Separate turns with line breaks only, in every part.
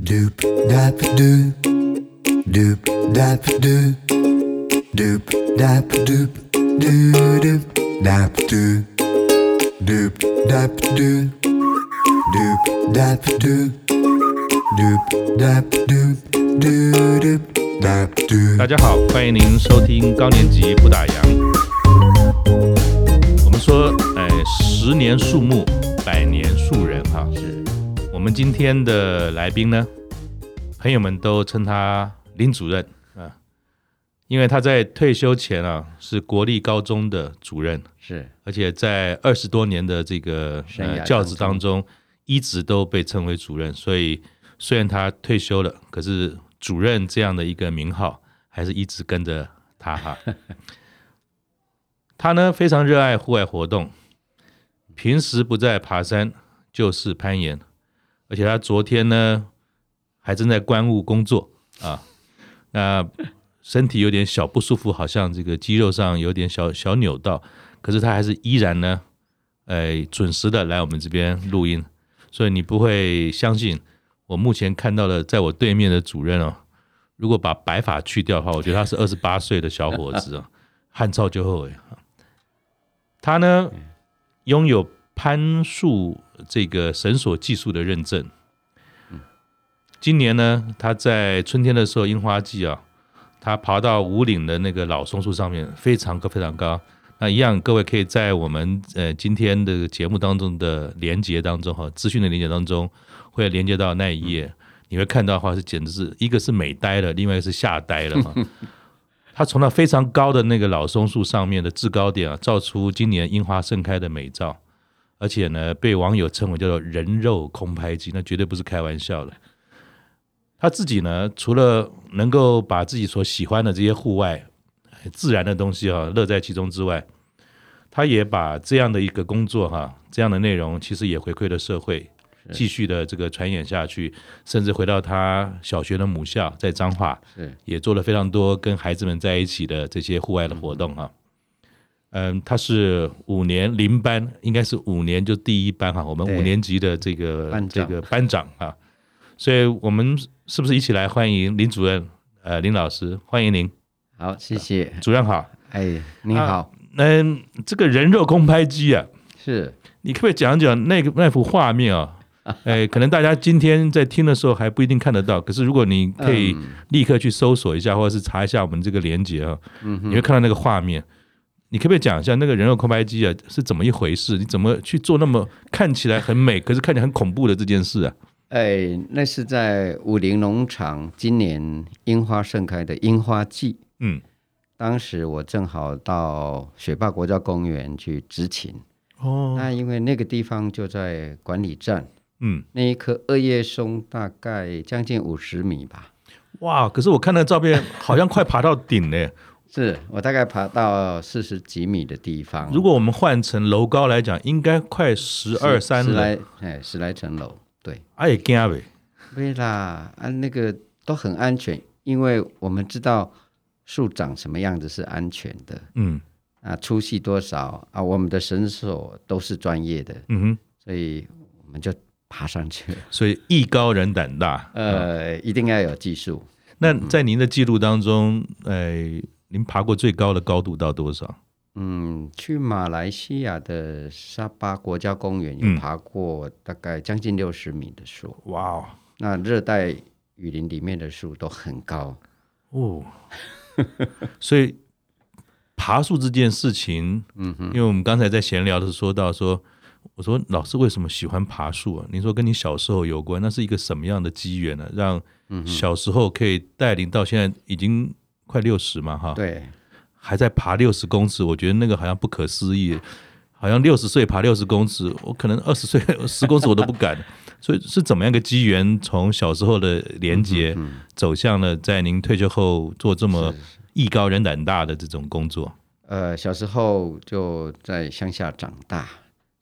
Doop dap doop, doop dap doop, doop dap doop, doo doop dap doop, doop dap doop, doop dap doop, doop dap doop, doo doop dap doop.
大家好，欢迎您收听高年级不打烊。我们说，哎，十年树木，百年树人，哈，是我们今天的来宾呢，朋友们都称他林主任啊，因为他在退休前啊是国立高中的主任，
是
而且在二十多年的这个
生
呃
涯当中
教职当中，一直都被称为主任。所以虽然他退休了，可是主任这样的一个名号还是一直跟着他哈。 他呢非常热爱户外活动，平时不在爬山就是攀岩，而且他昨天呢还正在关务工作啊，那身体有点小不舒服，好像这个肌肉上有点小小扭到，可是他还是依然呢，呃，准时的来我们这边录音，所以你不会相信我目前看到的，在我对面的主任哦，如果把白发去掉的话，我觉得他是二十八岁的小伙子啊，汗臭就后悔啊。他呢，拥有攀树这个绳索技术的认证。今年呢，他在春天的时候，樱花季啊，他爬到五岭的那个老松树上面，非常高，非常高。那一样，各位可以在我们呃今天的节目当中的连接当中哈，资讯的连接当中，会连接到那一页，你会看到的话是简直是一个是美呆了，另外一个是吓呆了哈。他从那非常高的那个老松树上面的制高点啊，照出今年樱花盛开的美照，而且呢，被网友称为叫做“人肉空拍机”，那绝对不是开玩笑的。他自己呢，除了能够把自己所喜欢的这些户外哎自然的东西啊，乐在其中之外，他也把这样的一个工作哈、这样的内容，其实也回馈了社会，继续的这个传演下去，甚至回到他小学的母校，在彰化，
是
也做了非常多跟孩子们在一起的这些户外的活动哈、嗯，他是五年零班，应该是五年就第一班哈、我们
对
五年级的这个
班
这
长
个班长啊，所以我们是不是一起来欢迎林主任？呃，林老师，欢迎您，
好，谢谢。
主任好。
哎，你
啊
好，
嗯，这个人肉空拍机啊，
是
你可不可以讲一讲那个那幅画面 啊？哎，可能大家今天在听的时候还不一定看得到，可是如果你可以
嗯
立刻去搜索一下，或者是查一下我们这个连接啊，
嗯
你会看到那个画面。你可不可以讲一下那个人肉空拍机啊是怎么一回事？你怎么去做那么看起来很 美，可是看起来很恐怖的这件事啊？
哎，那是在武林农场今年樱花盛开的樱花季，
嗯，
当时我正好到雪霸国家公园去执勤。
哦，
那因为那个地方就在管理站，
嗯，
那一棵二叶松大概将近五十米吧。
哇！可是我看那照片好像快爬到顶 嘞。
嗯是我大概爬到四十几米的地方，
如果我们换成楼高来讲，应该快十二
十
三
十
了，
来哎十来层楼，对。
哎也惊呗。
对啦，啊，那个都很安全，因为我们知道树长什么样子是安全的
嗯
啊，粗细多少啊，我们的绳索都是专业的，
嗯哼。
所以我们就爬上去了。
所以艺高人胆大。
呃，一定要有技术。
那在您的记录当中，呃，您爬过最高的高度到多少？
嗯，去马来西亚的沙巴国家公园
嗯
有爬过大概将近六十米的树，
哇哦，
那热带雨林里面的树都很高。
哦， 所以爬树这件事情，嗯哼，因为我们刚才在闲聊的时候说到说，我说老师为什么喜欢爬树啊？您说跟你小时候有关，那是一个什么样的机缘呢、让小时候可以带领到现在已经快六十嘛，哈，
对，
还在爬六十公尺，我觉得那个好像不可思议，好像六十岁爬六十公尺，我可能二十岁 十公尺我都不敢。所以是怎么样一个机缘，从小时候的连接走向了在您退休后做这么艺高人胆大的这种工作？
呃，小时候就在乡下长大，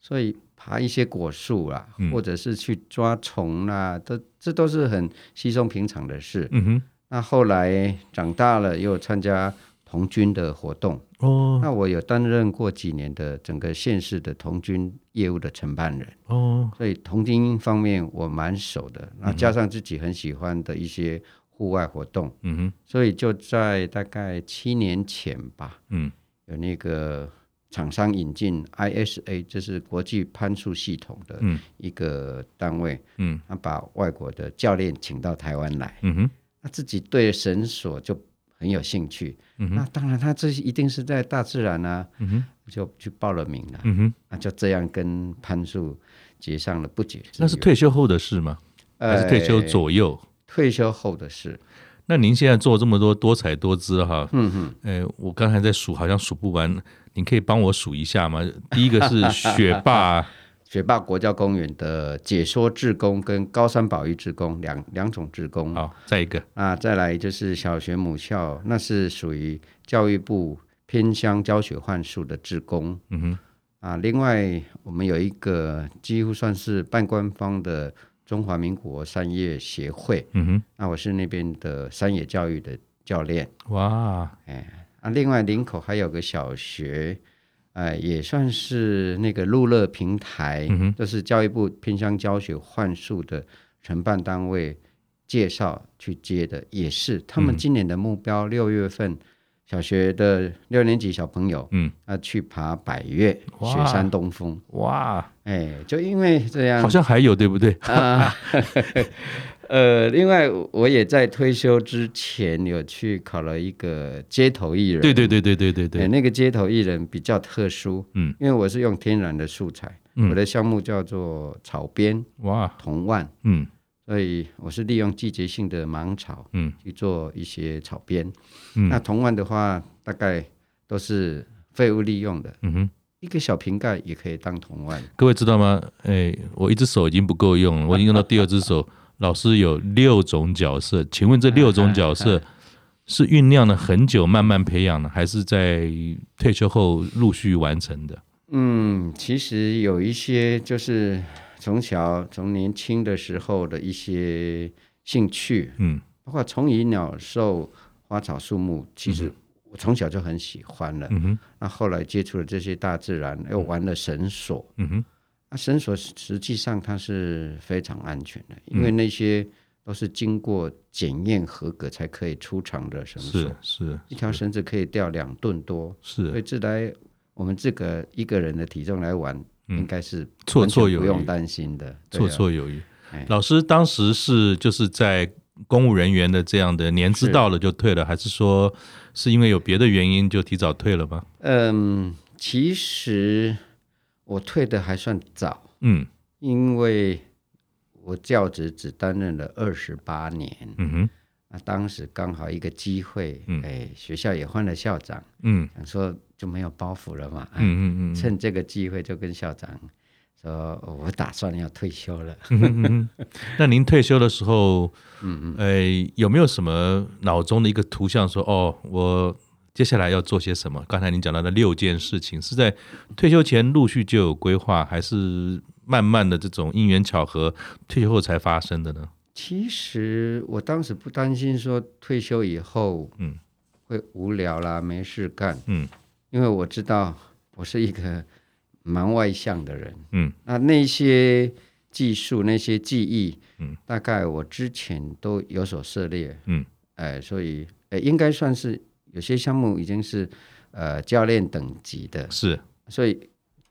所以爬一些果树啦、
嗯
或者是去抓虫啦、都这都是很稀松平常的事。
嗯哼，
那后来长大了，又参加童军的活动。
哦
那我有担任过几年的整个县市的童军业务的承办人，
哦，
所以童军方面我蛮熟的。那加上自己很喜欢的一些户外活动，
嗯哼，
所以就在大概七年前吧，
嗯，
有那个厂商引进 ISA，这是国际攀树系统的
嗯
一个单位，
嗯
他把外国的教练请到台湾来，
嗯哼，
他自己对绳索就很有兴趣。
嗯
那当然，他这一定是在大自然啊，
嗯哼，
就去报了名了。
嗯哼，
那就这样跟攀树结上了不解之缘。
那是退休后的事吗？还是退休
呃
左右？
退休后的事。
那您现在做这么多多彩多姿哈，
嗯哼，
呃，我刚才在数，好像数不完，你可以帮我数一下吗？第一个是学 霸，
学霸国家公园的解说志工跟高山保育志工两两种志工。
好，再一个，
那啊再来就是小学母校，那是属于教育部偏乡教学换宿的志工。
嗯哼，
啊，另外我们有一个几乎算是半官方的中华民国山业协会，
嗯
那我是那边的山野教育的教练
哼，哇，
啊。另外林口还有个小学，呃，也算是那个路乐平台，
嗯哼
就是教育部偏乡教学幻术的承办单位介绍去接的，也是他们
嗯
今年的目标，六月份。小学的六年级小朋友，
嗯，
要去爬百越，
哇
雪山东峰，
哇，
哎，就因为这样，
好像还有对不对？
啊，呃，另外我也在退休之前有去考了一个街头艺人，
对对对对对对对，
哎那个街头艺人比较特殊，
嗯，
因为我是用天然的素材，
嗯
我的项目叫做草编
哇，
铜腕，
嗯
所以我是利用季节性的芒草
嗯
去做一些草编。那
嗯
铜腕的话，大概都是废物利用的，
嗯哼。
一个小瓶盖也可以当铜腕。
各位知道吗？哎，我一只手已经不够用了，我已经用到第二只 手。老师有六种角色，请问这六种角 色是酝酿了很久、慢慢培养的，还是在退休后陆续完成的？
嗯，其实有一些就是从小从年轻的时候的一些兴趣，
嗯
包括虫蚁鸟兽、花草树木，其实我从小就很喜欢了。
嗯哼
那后来接触了这些大自然，又玩了绳索。
嗯哼
那绳索实际上它是非常安全的，因为
嗯
那些都是经过检验合格才可以出厂的绳索
是，是
一条绳子可以吊两吨多。所以
是，
这来我们这个一个人的体重来玩，
嗯
应该是
绰绰
完全
有
不用
余，
担心的。对啊
绰绰有余
哎。
老师当时是就是在公务人员的这样的年资
是
到了就退了，还是说是因为有别的原因就提早退了吗？
嗯，其实我退的还算早，
嗯
因为我教职只担任了二十八年。
嗯哼
那当时刚好一个机会，
嗯
哎，学校也换了校长，
嗯
想说就没有包袱了嘛，哎
嗯嗯嗯嗯
趁这个机会就跟校长说，哦我打算要退休了。
嗯嗯。那您退休的时候，嗯嗯，呃，有没有什么脑中的一个图像说，哦，我接下来要做些什么？刚才您讲到的六件事情，是在退休前陆续就有规划，还是慢慢的这种因缘巧合，退休后才发生的呢？
其实我当时不担心说退休以后，
嗯，
会无聊啦，没事干，
嗯，
因为我知道我是一个蛮外向的人，
嗯，
那那些技术、那些技艺，
嗯，
大概我之前都有所涉猎，
嗯，
呃，所以呃，应该算是有些项目已经是呃教练等级的，
是。
所以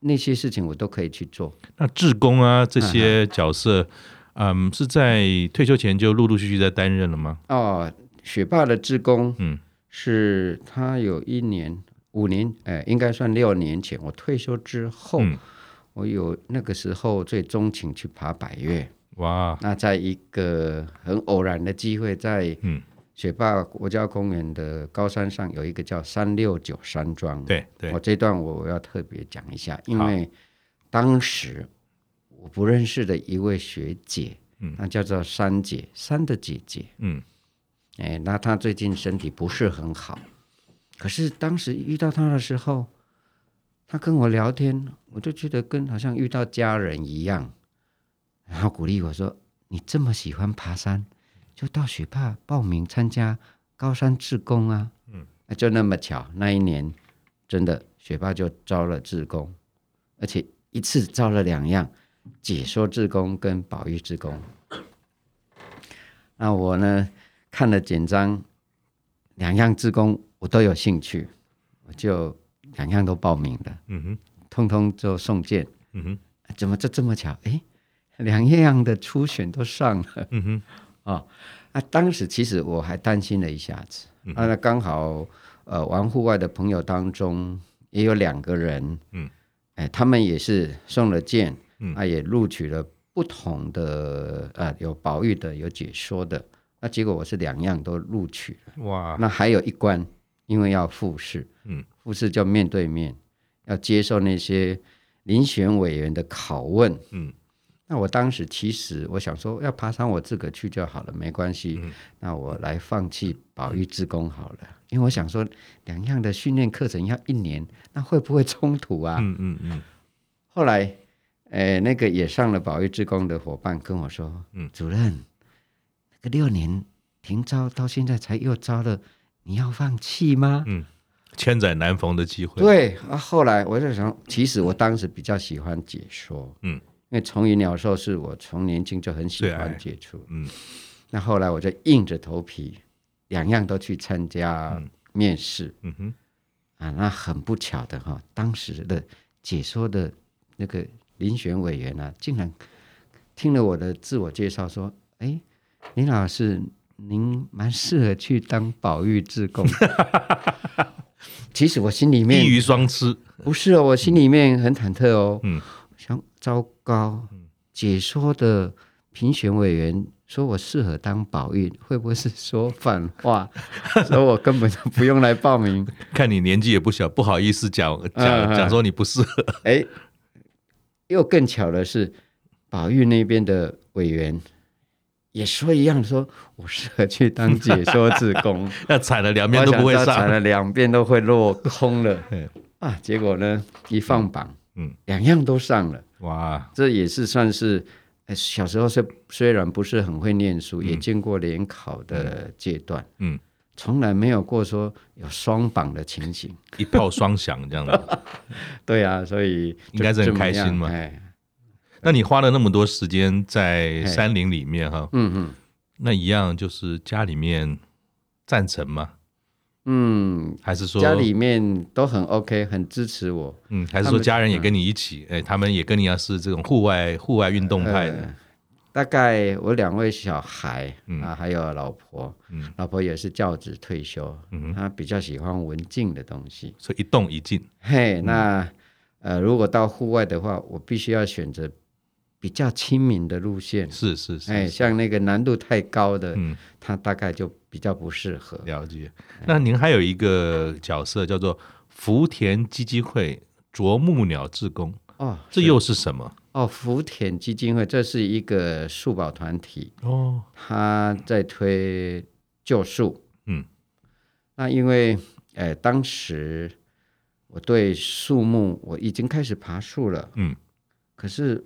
那些事情我都可以去做。
那志工啊这些角色，嗯，是在退休前就陆陆续续在担任了吗？
哦，学霸的志工，
嗯，
是他有一年、五年，哎，应该算六年前，我退休之后，
嗯
我有那个时候最钟情去爬百越。
哇，
那在一个很偶然的机会，在
嗯，
雪霸国家公园的高山上有一个叫三六九山庄。，
对对
我，这段我要特别讲一下，因为当时我不认识的一位学姐，
嗯
那叫做山姐，山的姐姐。
嗯
哎，那他最近身体不是很好，可是当时遇到他的时候，他跟我聊天，我就觉得跟好像遇到家人一样，然后鼓励我说：“你这么喜欢爬山，就到雪霸报名参加高山志工啊。”嗯，那就那么巧，那一年真的学霸就招了志工，而且一次招了两样，解说志工跟保育志工。那我呢看了简章，两样志工我都有兴趣，我就两样都报名了，
嗯哼，
通通就送件。
嗯哼，
啊怎么这这么巧？哎，两样的初选都上了。
嗯 哼，
啊、啊！当时其实我还担心了一下子，
嗯
啊，那刚好呃，玩户外的朋友当中也有两个人，
嗯，
哎，他们也是送了件，
嗯
啊，也录取了不同的啊，有保育的，有解说的，那结果我是两样都录取了，
哇，
那还有一关，因为要复试，
嗯，
复试就面对面，要接受那些遴选委员的拷问，
嗯
那我当时其实我想说，要爬山我自个去就好了，没关系。
嗯
那我来放弃保育志工好了，因为我想说，两样的训练课程要一年，那会不会冲突啊？
嗯嗯嗯
后来，呃，那个也上了保育志工的伙伴跟我说，
嗯
主任，那个六年停招到现在才又招了，你要放弃吗？
嗯，千载难逢的机会，，
对啊，后来我就想，其实我当时比较喜欢解说，
嗯
因为虫鱼鸟兽是我从年轻就很喜
最爱
欢接触，
嗯
那后来我就硬着头皮，两样都去参加
嗯
面试、
嗯哼，
啊。那很不巧的哈、当时的解说的那个遴选委员啊，竟然听了我的自我介绍说：“哎，林老师，您蛮适合去当保育志工。” 其实我心里面
一鱼双吃，
不是哦，我心里面很忐忑哦。
嗯
嗯，想糟糕，解说的评选委员说我适合当保育，会不会是说反话， 说我根本就不用来报 名？
看你年纪也不小，不好意思讲讲
嗯
讲说你不适合，
哎，又更巧的是，保育那边的委员也说一样，说我适合去当解说志 工。
那踩了两
我
边都不会
想到踩
上，
了两遍都会落空 了
对。
啊，结果呢，一放榜，
嗯
嗯，两样都上了。
哇，
这也是算是，呃小时候虽虽然不是很会念书，也经过联考的阶段，
嗯，
从来没有过说有双榜的情形。
一炮双响这样 子。
对啊，所以就
嗯应该是很
这么
开心
样
嘛
哎，
那你花了那么多时间在山林里面哈，
嗯嗯
那一样就是家里面赞成吗？
嗯，
还是说
家里面都很 OK，很支持我。
嗯，还是
他
说
们
家人也跟你一起？哎，他们也跟你一样是这种户外户外运动派的
呃，大概我两位小孩、
嗯
啊，还有老婆，
嗯
老婆也是教职退休，
嗯
她比较喜欢文静的东西。
所以一动一静。
嘿，
嗯
那呃，如果到户外的话，我必须要选择比较亲民的路线。
是是是，
哎，像那个难度太高的，
嗯，
它大概就比较不适合。
了解。那您还有一个角色叫做福田基金会啄木鸟志工，
哦，
这又是什么？
哦，福田基金会这是一个树保团体，
哦，
它在推救树。
嗯，
那因为呃，当时我对树木我已经开始爬树了，
嗯
可是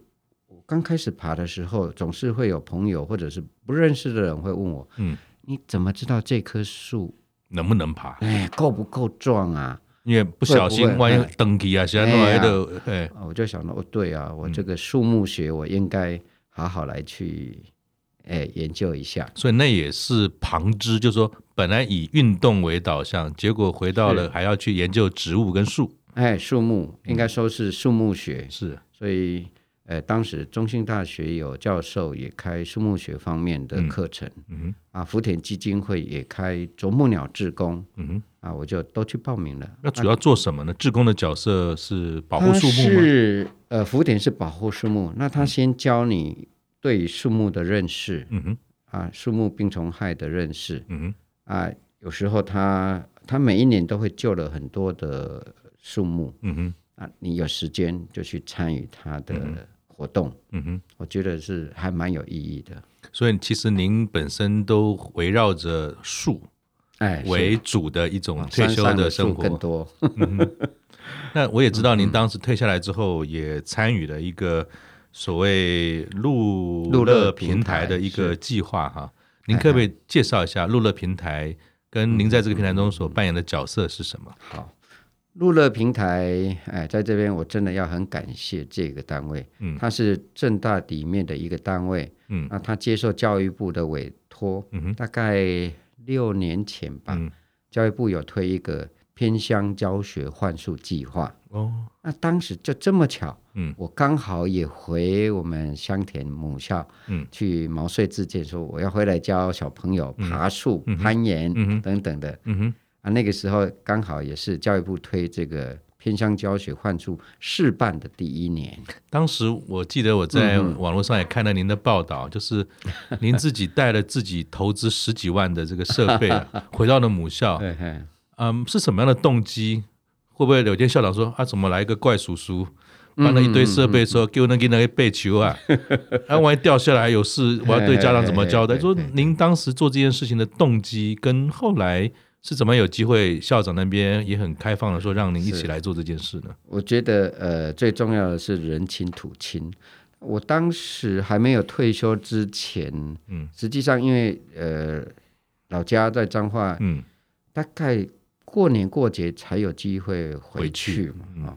我刚开始爬的时候，总是会有朋友或者是不认识的人会问我：
嗯，
你怎么知道这棵树
能不能爬？
哎够不够壮啊？
因为不小
会
心
不会
万
哎
一登机啊，现在弄来的，哎，
啊我就想到哦，对啊，我这个树木学我应该好好来去哎研究一下。
所以那也是旁支，就是说本来以运动为导向，结果回到了
是
还要去研究植物跟树，
哎，树木应该说是树木学，
是，
所以呃，当时中兴大学有教授也开树木学方面的
嗯
课程、
嗯
啊，福田基金会也开啄木鸟志工
哼嗯哼。
啊，我就都去报名了。
那主要做什么呢？志工的角色是保护
它
树木吗？嗯
呃是呃，福田是保护树木，那他先教你对于树木的认识
嗯哼，
啊，树木病虫害的认识
嗯哼，
啊。有时候他他每一年都会救了很多的树木
嗯哼，
啊，你有时间就去参与他的活动，
嗯哼。
我觉得是还蛮有意义的。
所以其实您本身都围绕着树
哎，是
为主的一种退
山
休
上的
生
树
活。嗯
更多，
那我也知道您当时退下来之后，也参与了一个所谓路
路乐
平
平台
的一个
是
计划哈。您可不可以介绍一下路乐平台跟您在这个平台中所扮演的角色是什么？
好，路乐平台，哎，在这边我真的要很感谢这个单位，
嗯
它是正大里面的一个单位，
嗯
那它接受教育部的委托，
嗯哼
大概六年前吧，
嗯
教育部有推一个偏乡教学幻术计划，
哦
那当时就这么巧，
嗯
我刚好也回我们香田母校，
嗯
去毛遂自荐说我要回来教小朋友爬树、
嗯哼
攀岩、
嗯哼
等等的
嗯哼
啊。那个时候刚好也是教育部推这个偏向教学换术试办的第一年，
当时我记得我在
嗯
网络上也看到您的报道，就是您自己带了自己投资十几万的这个设备、 啊、回到了母校，
嘿嘿
嗯，是什么样的动机？会不会有天校长说啊，怎么来一个怪叔叔，搬了一堆设备说，给我那给那个背球 啊，啊，万一掉下来有事，我要对家长怎么交代？
嘿嘿
说
嘿嘿嘿
您当时做这件事情的动机，跟后来是怎么有机会，校长那边也很开放的说，让您一起来做这件事呢？
我觉得呃最重要的是人亲土亲。我当时还没有退休之前，
嗯
实际上因为呃老家在彰化，
嗯
大概过年过节才有机会回去嘛。啊、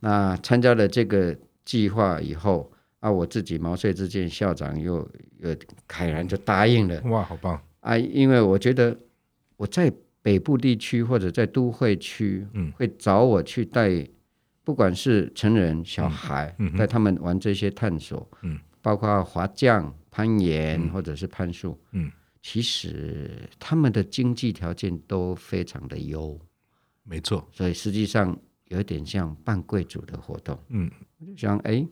那参加了这个计划以后，啊，我自己毛遂自荐，校长又又凯然就答应了
哇，好棒！
啊，因为我觉得我在北部地区或者在都会区，
嗯
会找我去带，不管是成人、小孩，
嗯嗯哼
带他们玩这些探索，
嗯，
包括滑降、攀岩、或者是攀树，
嗯，
其实他们的经济条件都非常的优，
没错，
所以实际上有点像半贵族的活动。
嗯
我就想，哎，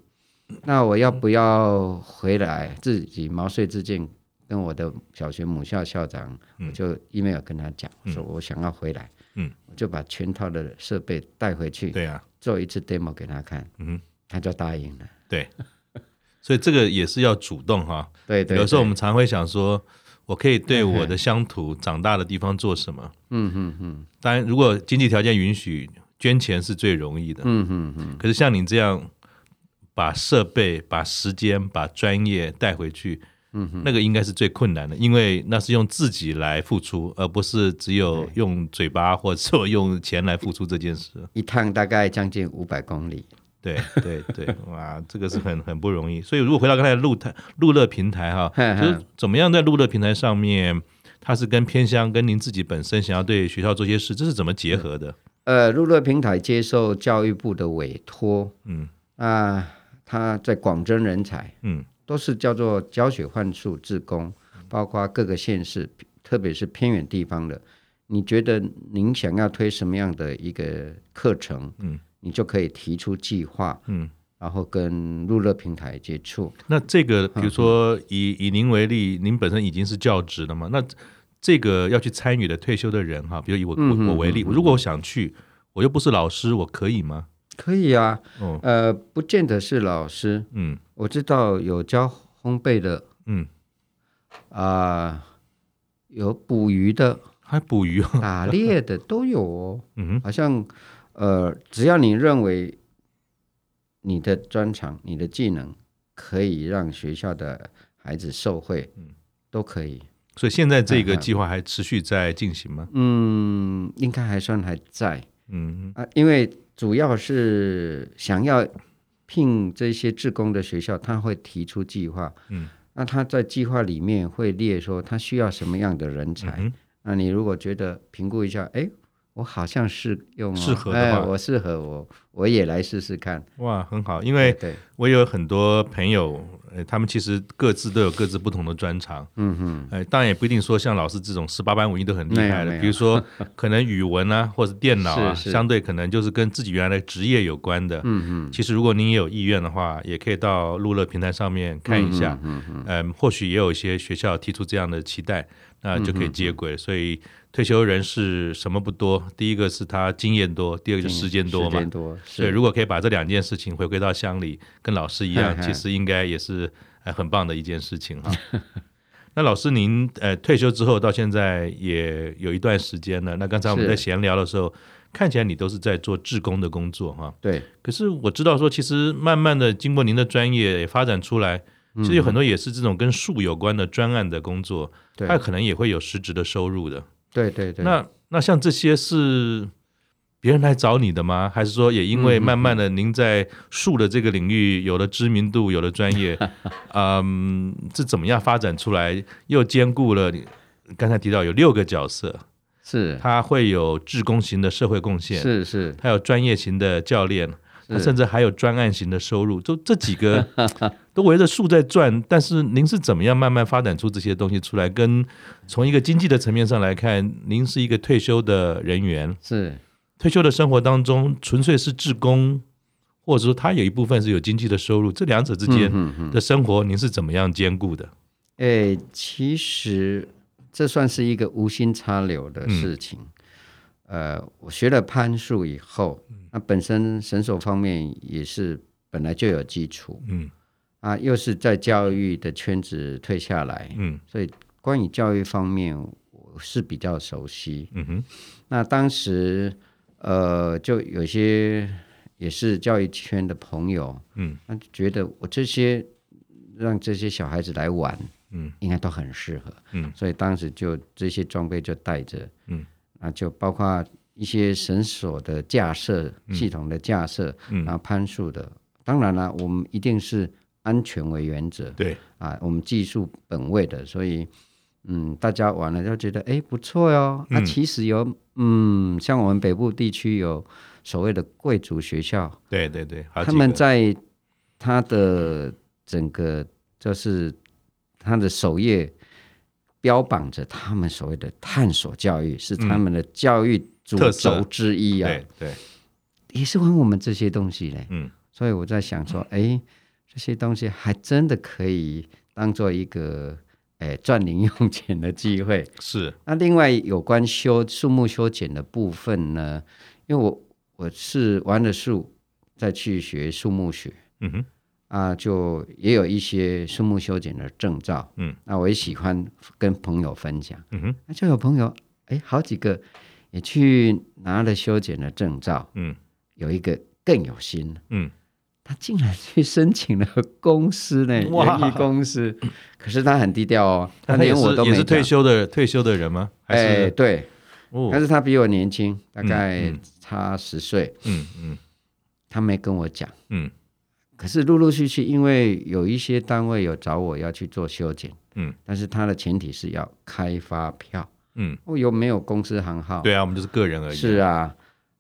那我要不要回来自己毛遂自荐，跟我的小学母校校长，我就 email 跟他讲，说我想要回来，
嗯，
我就把全套的设备带回去，
对啊，
做一次 demo 给他看，
嗯哼，
他就答应了。
对，所以这个也是要主动哈。
对对
有时候我们常会想说，我可以对我的乡土长大的地方做什么？
嗯嗯嗯
当然，如果经济条件允许，捐钱是最容易的。
嗯嗯嗯，
可是像你这样，把设备、把时间、把专业带回去，嗯，那个应该是最困难的，因为那是用自己来付出，而不是只有用嘴巴或者说用钱来付出这件事。
一趟大概将近五百公里。
对对对，哇，这个是很很不容易。所以如果回到刚才的路台路乐平台哈，
嘿嘿
就是怎么样在路乐平台上面，它是跟偏乡跟您自己本身想要对学校做些事，这是怎么结合的？
呃，入乐平台接受教育部的委托，
嗯
啊、他在广征人才，
嗯
都是叫做教学换术志工，包括各个县市，特别是偏远地方的，你觉得您想要推什么样的一个课程，
嗯，
你就可以提出计划，
嗯。
然后跟入乐平台接触。
那这个，比如
嗯
说以以您为例，您本身已经是教职了嘛？那这个要去参与的退休的人哈，比如以我
嗯
我我为例，如果我想去，我又不是老师，我可以吗？
可以啊，
哦，
呃，不见得是老师，
嗯
我知道有教烘焙的
嗯，
啊、有捕鱼 的、
还捕鱼，
打猎的都有哦。
嗯哼
好像呃，只要你认为你的专长、你的技能可以让学校的孩子受惠，
嗯
都可以。
所以现在这个
嗯嗯
计划还持续在进行吗？
嗯，应该还算还在
嗯
啊，因为主要是想要聘这些志工的学校，他会提出计划，
嗯，
那他在计划里面会列说他需要什么样的人才，
嗯哼
那你如果觉得评估一下，哎，我好像适用、哦，
适合的
哎
话
我适合我，我也来试试看。
哇，很好，因为
对，
我有很多朋友，呃，他们其实各自都有各自不同的专长，
嗯哼，
呃，当然也不一定说像老师这种十八般武艺都很厉害
没有没
的，
有
比如说可能语文 啊，或者电脑啊，
是是
相对可能就是跟自己原来的职业有关的。
嗯哼，
其实如果您也有意愿的话，也可以到路乐平台上面看一下，
嗯哼，
嗯、或许也有一些学校提出这样的期待，
嗯
那就可以接轨。所以退休人士什么不多，第一个是他经验多，第二个就时间多
时
嘛
间。多，
对，
是，
如果可以把这两件事情回归到乡里，跟老师一样，
嗨
其
嗨
实应该也是呃很棒的一件事情哈。 那老师您呃退休之后到现在也有一段时间了，那刚才我们
是
在闲聊的时候，看起来你都是在做志工的工作哈。
对，
可是我知道说，其实慢慢的经过您的专业也发展出来，
嗯
其实有很多也是这种跟树有关的专案的工作，
对
它可能也会有实质的收入的。
对对对，
那那像这些是别人来找你的吗？还是说也因为慢慢的您在树的这个领域有了知名度，有了专业，嗯，是怎么样发展出来？又兼顾了你刚才提到有六个角色，
是
他会有志工型的社会贡献，
是是，
他有专业型的教练，他
是
甚至还有专案型的收入，就这几 个都围着树在转。但是您是怎么样慢慢发展出这些东西出来？跟从一个经济的层面上来看，您是一个退休的人员，
是
退休的生活当中纯粹是志工，或者说他有一部分是有经济的收入，这两者之间
嗯嗯，
的生活，您是怎么样兼顾的？
哎、其实这算是一个无心插柳
嗯
的事情。呃，我学了攀树以后，
嗯
那本身绳索方面也是本来就有基础
嗯
啊，又是在教育的圈子退下来，
嗯
所以关于教育方面我是比较熟悉。
嗯哼
那当时呃，就有些也是教育圈的朋友，
嗯
那就觉得我这些让这些小孩子来玩，
嗯，
应该都很适合，
嗯，
所以当时就这些装备就带着，
嗯，
那就包括一些绳索的架设、系统的架设，
嗯
然后攀树的，当然了，我们一定是安全为原则，
对，
啊，我们技术本位的，所以嗯，大家玩了就觉得哎不错哟。那、
嗯
其实有嗯，像我们北部地区有所谓的贵族学校，
对对对，好几
他们
个
在他的整个就是他的首页标榜着他们所谓的探索教育是他
嗯
们的教育主
特色
轴之一啊，
对嗯对，
也是玩我们这些东西嘞。
嗯
所以我在想说，哎，这些东西还真的可以当做一个哎赚零用钱的机会。
是
那另外有关修树木修剪的部分呢，因为我我是玩了树，再去学树木学
嗯哼
啊，就也有一些树木修剪的证照。
嗯，
那我也喜欢跟朋友分享，
嗯哼
那就有朋友哎好几个也去拿了修剪的证照，
嗯
有一个更有心了。
嗯
他竟然去申请了公司呢，
哇
园艺 公司，可是他很低调哦，他
那也
连我
是
都
也
没
是
讲
退。休的退休的人吗？还是、
哎，对，
哦
但是他比我年轻，大概
嗯嗯
差十岁，
嗯嗯
他没跟我讲。
嗯
可是陆陆续续，因为有一些单位有找我要去做修剪，
嗯，
但是他的前提是要开发票，
嗯，
哦，有没有公司行号？
对啊，我们就是个人而已。
是，啊，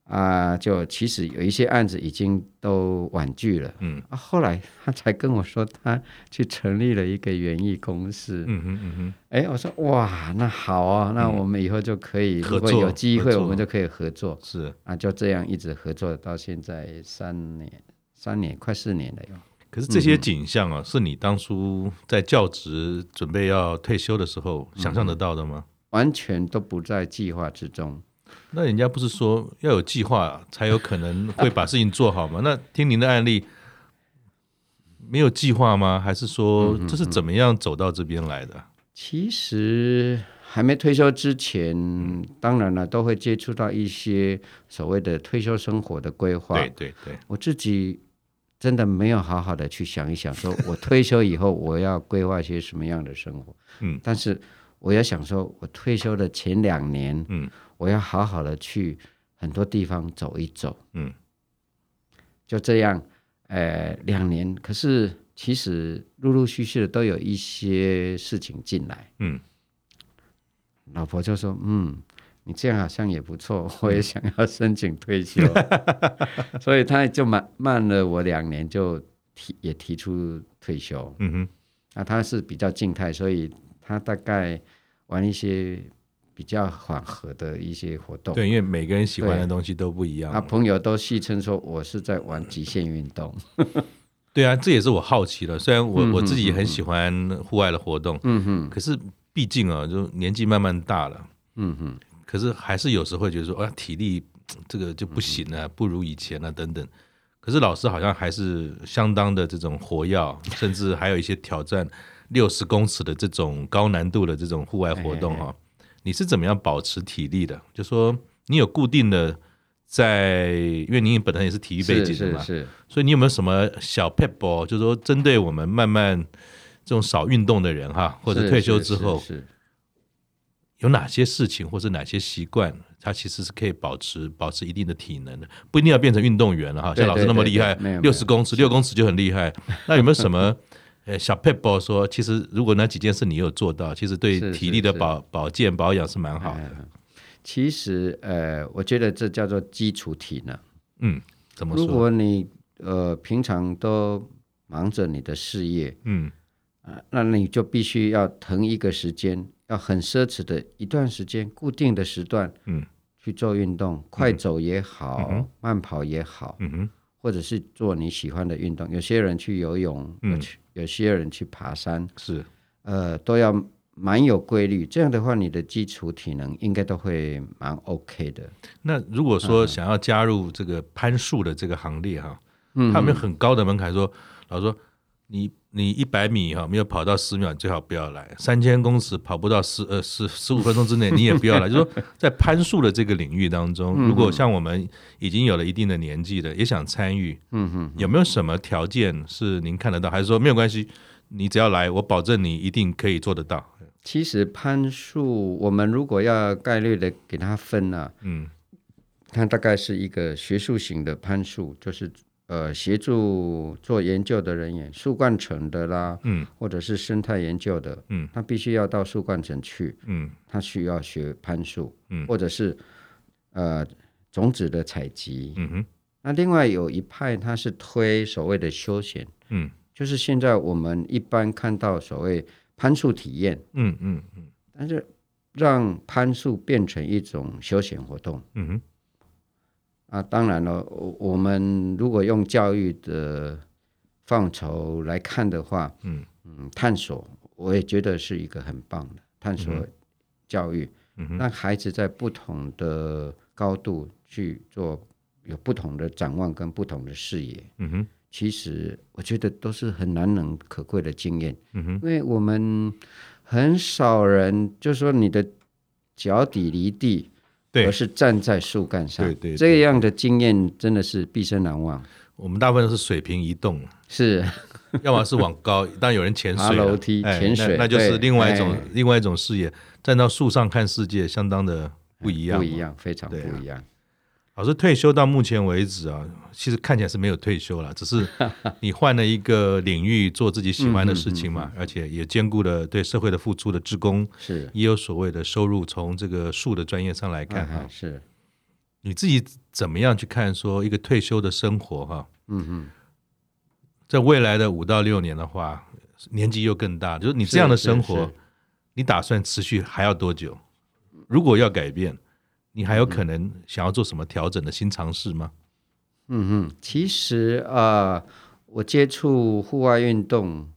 啊、就其实有一些案子已经都婉拒了。
嗯
啊，后来他才跟我说，他去成立了一个园艺公司。
嗯哼嗯哼，
哎、我说哇，那好啊，那我们以后就可以，
合
如果
作
有机
合
会，
作
我们就可以合作
是。
啊，就这样一直合作到现在三年，三年快四年了哟。
可是这
嗯
些景象啊，是你当初在教职准备要退休的时候
嗯
想象得到的吗？
完全都不在计划之中，
那人家不是说要有计划才有可能会把事情做好吗？那听您的案例，没有计划吗？还是说
嗯
这是怎么样走到这边来的？
其实还没退休之前，当然了，都会接触到一些所谓的退休生活的规划。
对对对，
我自己真的没有好好的去想一想，说我退休以后我要规划些什么样的生活。
嗯
但是我要想说，我退休的前两年，
嗯
我要好好的去很多地方走一走。
嗯，
就这样，呃，两年。可是其实陆陆续续的都有一些事情进来，
嗯
老婆就说：“嗯，你这样好像也不错， 我也想要申请退 休。”所以他就慢慢了我两年，就提也提出退休。
嗯哼
那他是比较静态，所以他大概玩一些比较缓和的一些活动。
对，因为每个人喜欢的
对
东西都不一样
啊，。朋友都戏称说我是在玩极限运动。
对啊，这也是我好奇的。虽然我、我自己也很喜欢户外的活动，
嗯哼，
可是毕竟啊，就年纪慢慢大了，
嗯哼，
可是还是有时候会觉得说，啊，体力嘖这个就不行了、不如以前了、等等。可是老师好像还是相当的这种活跃，甚至还有一些挑战六十公尺的这种高难度的这种户外活动
哎
哈、你是怎么样保持体力的？就说你有固定的在，因为你本来也是体育背
是
景的
是
嘛，
是，
所以你有没有什么小 p e p l 就是说针对我们慢慢这种少运动的人哈，或者
是
退休
是
之
是
后
是
有哪些事情或是哪些习惯，他其实是可以保持保持一定的体能的，不一定要变成运动员了哈。
对
像老师那么厉害
对对对没有，没
六
有
十公尺、六公尺就很厉害。那有没有什么 呃小 p e p l e 说，其实如果那几件事你有做到，其实对
是
体
是
力的
是哎
保保健保养是蛮好的。
其实呃，我觉得这叫做基础体能。
嗯，怎么
如
说？
果你呃平常都忙着你的事业
嗯
啊、那你就必须要腾一个时间，要很奢侈的一段时间，固定的时段
嗯
去做运动，快走也好，
嗯哼
慢跑也好，
嗯哼
或者是做你喜欢的运动。有些人去游泳，
嗯
有去有些人去爬山，
是
呃，都要蛮有规律。这样的话，你的基础体能应该都会蛮 OK 的。
那如果说想要加入这个攀树的这个行列哈，
嗯
他有没有很高的门槛说？老师说你你一百米哈没有跑到十秒，最好不要来；三千公尺跑不到十呃十十五分钟之内，你也不 要来。就是说在攀树的这个领域当中，
嗯
如果像我们已经有了一定的年纪了，也想参与，
嗯哼，
有没有什么条件是您看得到，还是说没有关系？你只要来，我保证你一定可以做得到。
其实攀树，我们如果要概率的给它分呢、啊，
嗯
它大概是一个学术型的攀树，就是呃协助做研究的人员，树冠层的啦，
嗯
或者是生态研究的，
嗯
他必须要到树冠层去，
嗯
他需要学攀树，
嗯
或者是呃种子的采集。
嗯哼
那另外有一派，他是推所谓的休闲，
嗯
就是现在我们一般看到所谓攀树体验，
嗯嗯嗯
但是让攀树变成一种休闲活动
嗯哼
啊。当然了，我我们如果用教育的范畴来看的话，
嗯
嗯，探索我也觉得是一个很棒的探索教育，
嗯哼
让孩子在不同的高度去做有不同的展望跟不同的视野。
嗯哼
其实我觉得都是很难能可贵的经验，
嗯哼
因为我们很少人就说你的脚底离地，
对
而是站在树干上，
对对对
这样的经验真的是毕生难忘。
我们大部分都是水平移动，啊
是，
要么是往高，当然有人潜水
爬
了
楼梯
哎
潜水
那，那就是
对
另外一种
哎
另外一种视野。站到树上看世界，相当的不一样，
不一。样，非常
对啊
不一样。
老师退休到目前为止啊，其实看起来是没有退休了，只是 你换了一个领域做自己喜欢的事情
嗯
嘛，而且也兼顾了对社会的付出的职工，
是，
也有所谓的收入。从这个树的专业上来看哈、
嗯是，
你自己怎么样去看说一个退休的生活哈、
嗯嗯，
在未来的五到六年的话，年纪又更大，就是你
是
这样的生
是
活
是，
你打算持续还要多久？如果要改变，你还有可能想要做什么调整的新尝试吗？
嗯嗯，其实啊、呃我接触户外运动，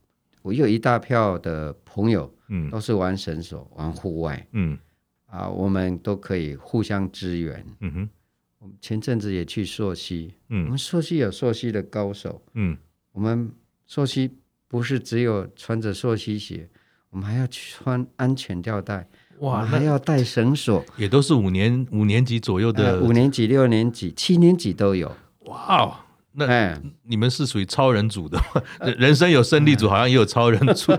我有一大票的朋友
嗯
都是玩绳索、玩户外
嗯
啊，我们都可以互相支援。
嗯哼
我们前阵子也去溯溪，我
嗯
们溯溪有溯溪的高手，
嗯
我们溯溪不是只有穿着溯溪鞋，我们还要穿安全吊带，我
哇
们，还
那
要带绳索。
也都是五年五年级左右
呃，
的，
五年级、六年级、七年级都有。
哇哦。那
哎，
你们是属于超人组的吗， 人人生有胜利
嗯
组，好像也有超人 组。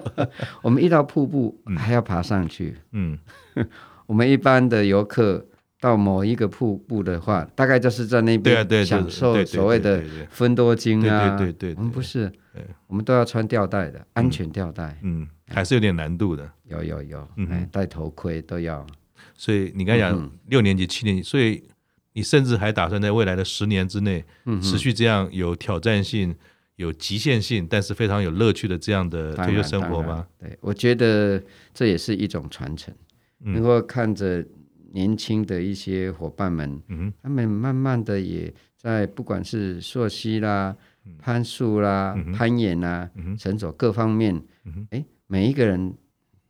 我们一到瀑布还要爬上去。
嗯
我们一般的游客到某一个瀑布的话，大概就是在那
对啊
边
对对
享
对
受
对
所谓的
对对对
分多精啊。
对对对对对
我们不是
对，
我们都要穿吊带的，安全吊带，
嗯，还是有点难度的。
有有有
嗯，哼
哎，戴头盔都要。
所以你刚才
嗯
讲六年级、七年级，所以你甚至还打算在未来的十年之内，
嗯
持续这样有挑战性、有极限性，但是非常有乐趣的这样的
当
退休
然
生活？
当
吗
然？对，我觉得这也是一种传承，
嗯
能够看着年轻的一些伙伴们，
嗯
他们慢慢的也在不管是溯溪啦、攀树啦、
嗯嗯哼
攀岩啦、
嗯哼
绳索各方面
嗯哼，
哎、每一个人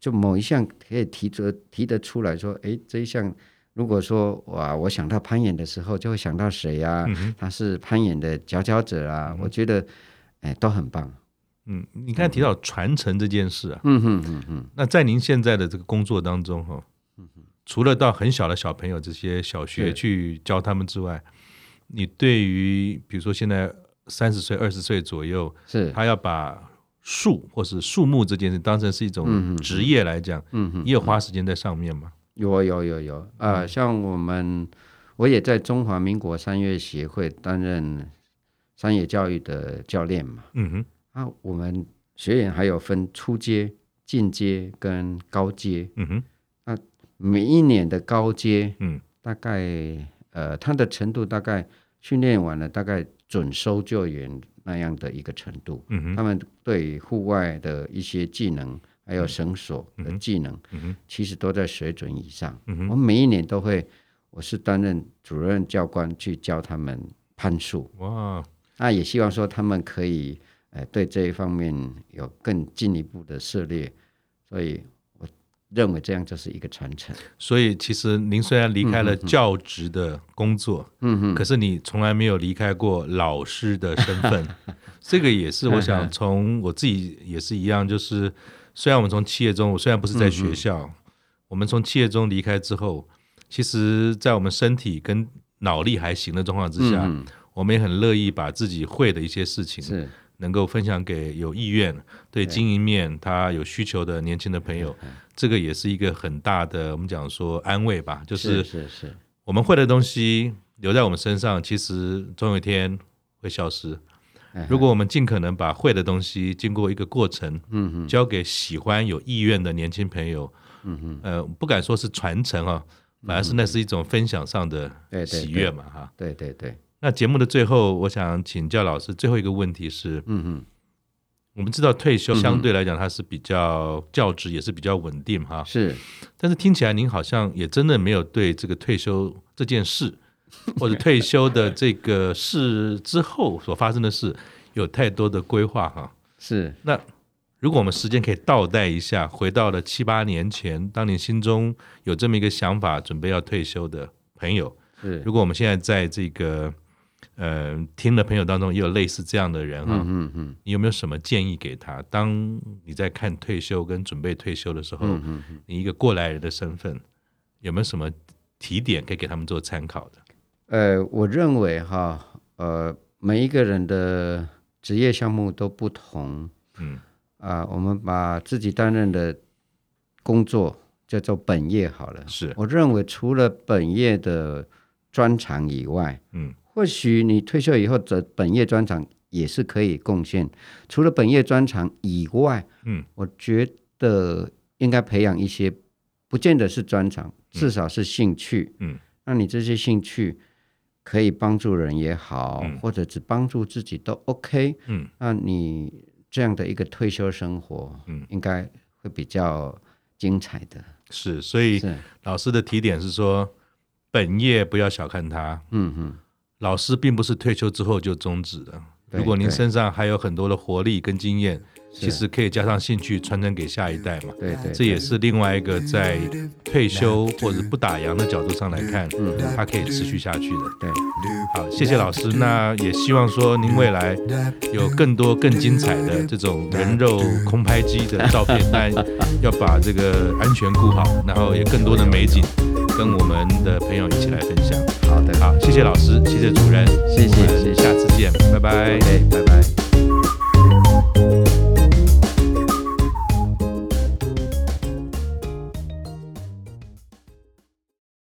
就某一项可以提出提得出来说，哎，这一项如果说哇，我想到攀岩的时候，就会想到谁啊？
嗯哼
他是攀岩的佼佼者啊，我觉得哎都很棒。
嗯，你刚才提到传承这件事啊，
嗯哼哼哼，
那在您现在的这个工作当中哈，
嗯
除了到很小的小朋友这些小学
是
去教他们之外，你对于比如说现在三十岁、二十岁左右，
是，
他要把树或是树木这件事当成是一种
嗯嗯嗯
职业来讲，
嗯哼，
也有花时间在上面嘛。
有有有有啊、呃像我们我也在中华民国山岳协会担任山野教育的教练嘛。
嗯哼，
啊，我们学员还有分初阶、进阶跟高阶，
嗯哼，
每一年的高阶
嗯
大概呃，它的程度大概训练完了，大概准搜救员那样的一个程度。
嗯哼，
他们对于户外的一些技能，还有绳索的技能，
嗯哼，
其实都在水准以上。
嗯哼
我每一年都会，我是担任主任教官去教他们攀树，
哇，
那也希望说他们可以，呃，对这一方面有更进一步的涉猎。所以我认为这样就是一个传承。
所以其实您虽然离开了教职的工作，
嗯哼。
可是你从来没有离开过老师的身 份，这个也是我想从我自己也是一样，就是虽然我们从企业中，我虽然不是在学校，
嗯
我们从企业中离开之后，其实，在我们身体跟脑力还行的状况之下，
嗯
我们也很乐意把自己会的一些事情，
是
能够分享给有意愿、对经营面他有需求的年轻的朋友，这个也是一个很大的我们讲说安慰吧，就是
是是，
我们会的东西留在我们身上，其实总有一天会消失。
哎
如果我们尽可能把会的东西经过一个过程，
嗯
交给喜欢有意愿的年轻朋友，嗯呃，不敢说是传承啊，反而是那是一种分享上的
嗯对对对
喜悦嘛，哈。
对对对，
那节目的最后，我想请教老师最后一个问题是：
嗯嗯，
我们知道退休相对来讲它是比较教职也是比较稳定哈，
是
但是听起来您好像也真的没有对这个退休这件事，或者退休的这个事之后所发生的事有太多的规划哈。
是，
那如果我们时间可以倒带一下，回到了七八年前，当你心中有这么一个想法，准备要退休的朋友，
是，
如果我们现在在这个呃听的朋友当中也有类似这样的人哈、
嗯嗯
你有没有什么建议给他？当你在看退休跟准备退休的时候，
嗯
你一个过来人的身份，有没有什么提点可以给他们做参考的？
呃，我认为哈，呃，每一个人的职业项目都不同
嗯
啊、我们把自己担任的工作叫做本业好了。
是
我认为除了本业的专长以外，
嗯
或许你退休以后的本业专长也是可以贡献。除了本业专长以外，
嗯，
我觉得应该培养一些，不见得是专长，至少是兴趣。
嗯，
那你这些兴趣可以帮助人也好，
嗯
或者只帮助自己都 OK。
嗯，
那你这样的一个退休生活，
嗯，
应该会比较精彩的。
是。所以
是，
老师的提点是说，本业不要小看它，
嗯嗯，
老师并不是退休之后就终止的。
对
如果您
对
身上还有很多的活力跟经验，其
是
实可以加上兴趣传承给下一代嘛。
对对
这也是另外一个在退休或者不打烊的角度上来看，
嗯
它可以持续下去的。
对，
好，谢谢老师。那也希望说您未来有更多更精彩的这种人肉空拍机的照片，但要把这个安全顾好，然后也更多的美景跟我们的朋友一起来分享。
好的，
好，谢谢老师，谢谢主任，
谢谢
我们
谢谢
下次见，拜拜
OK，拜拜。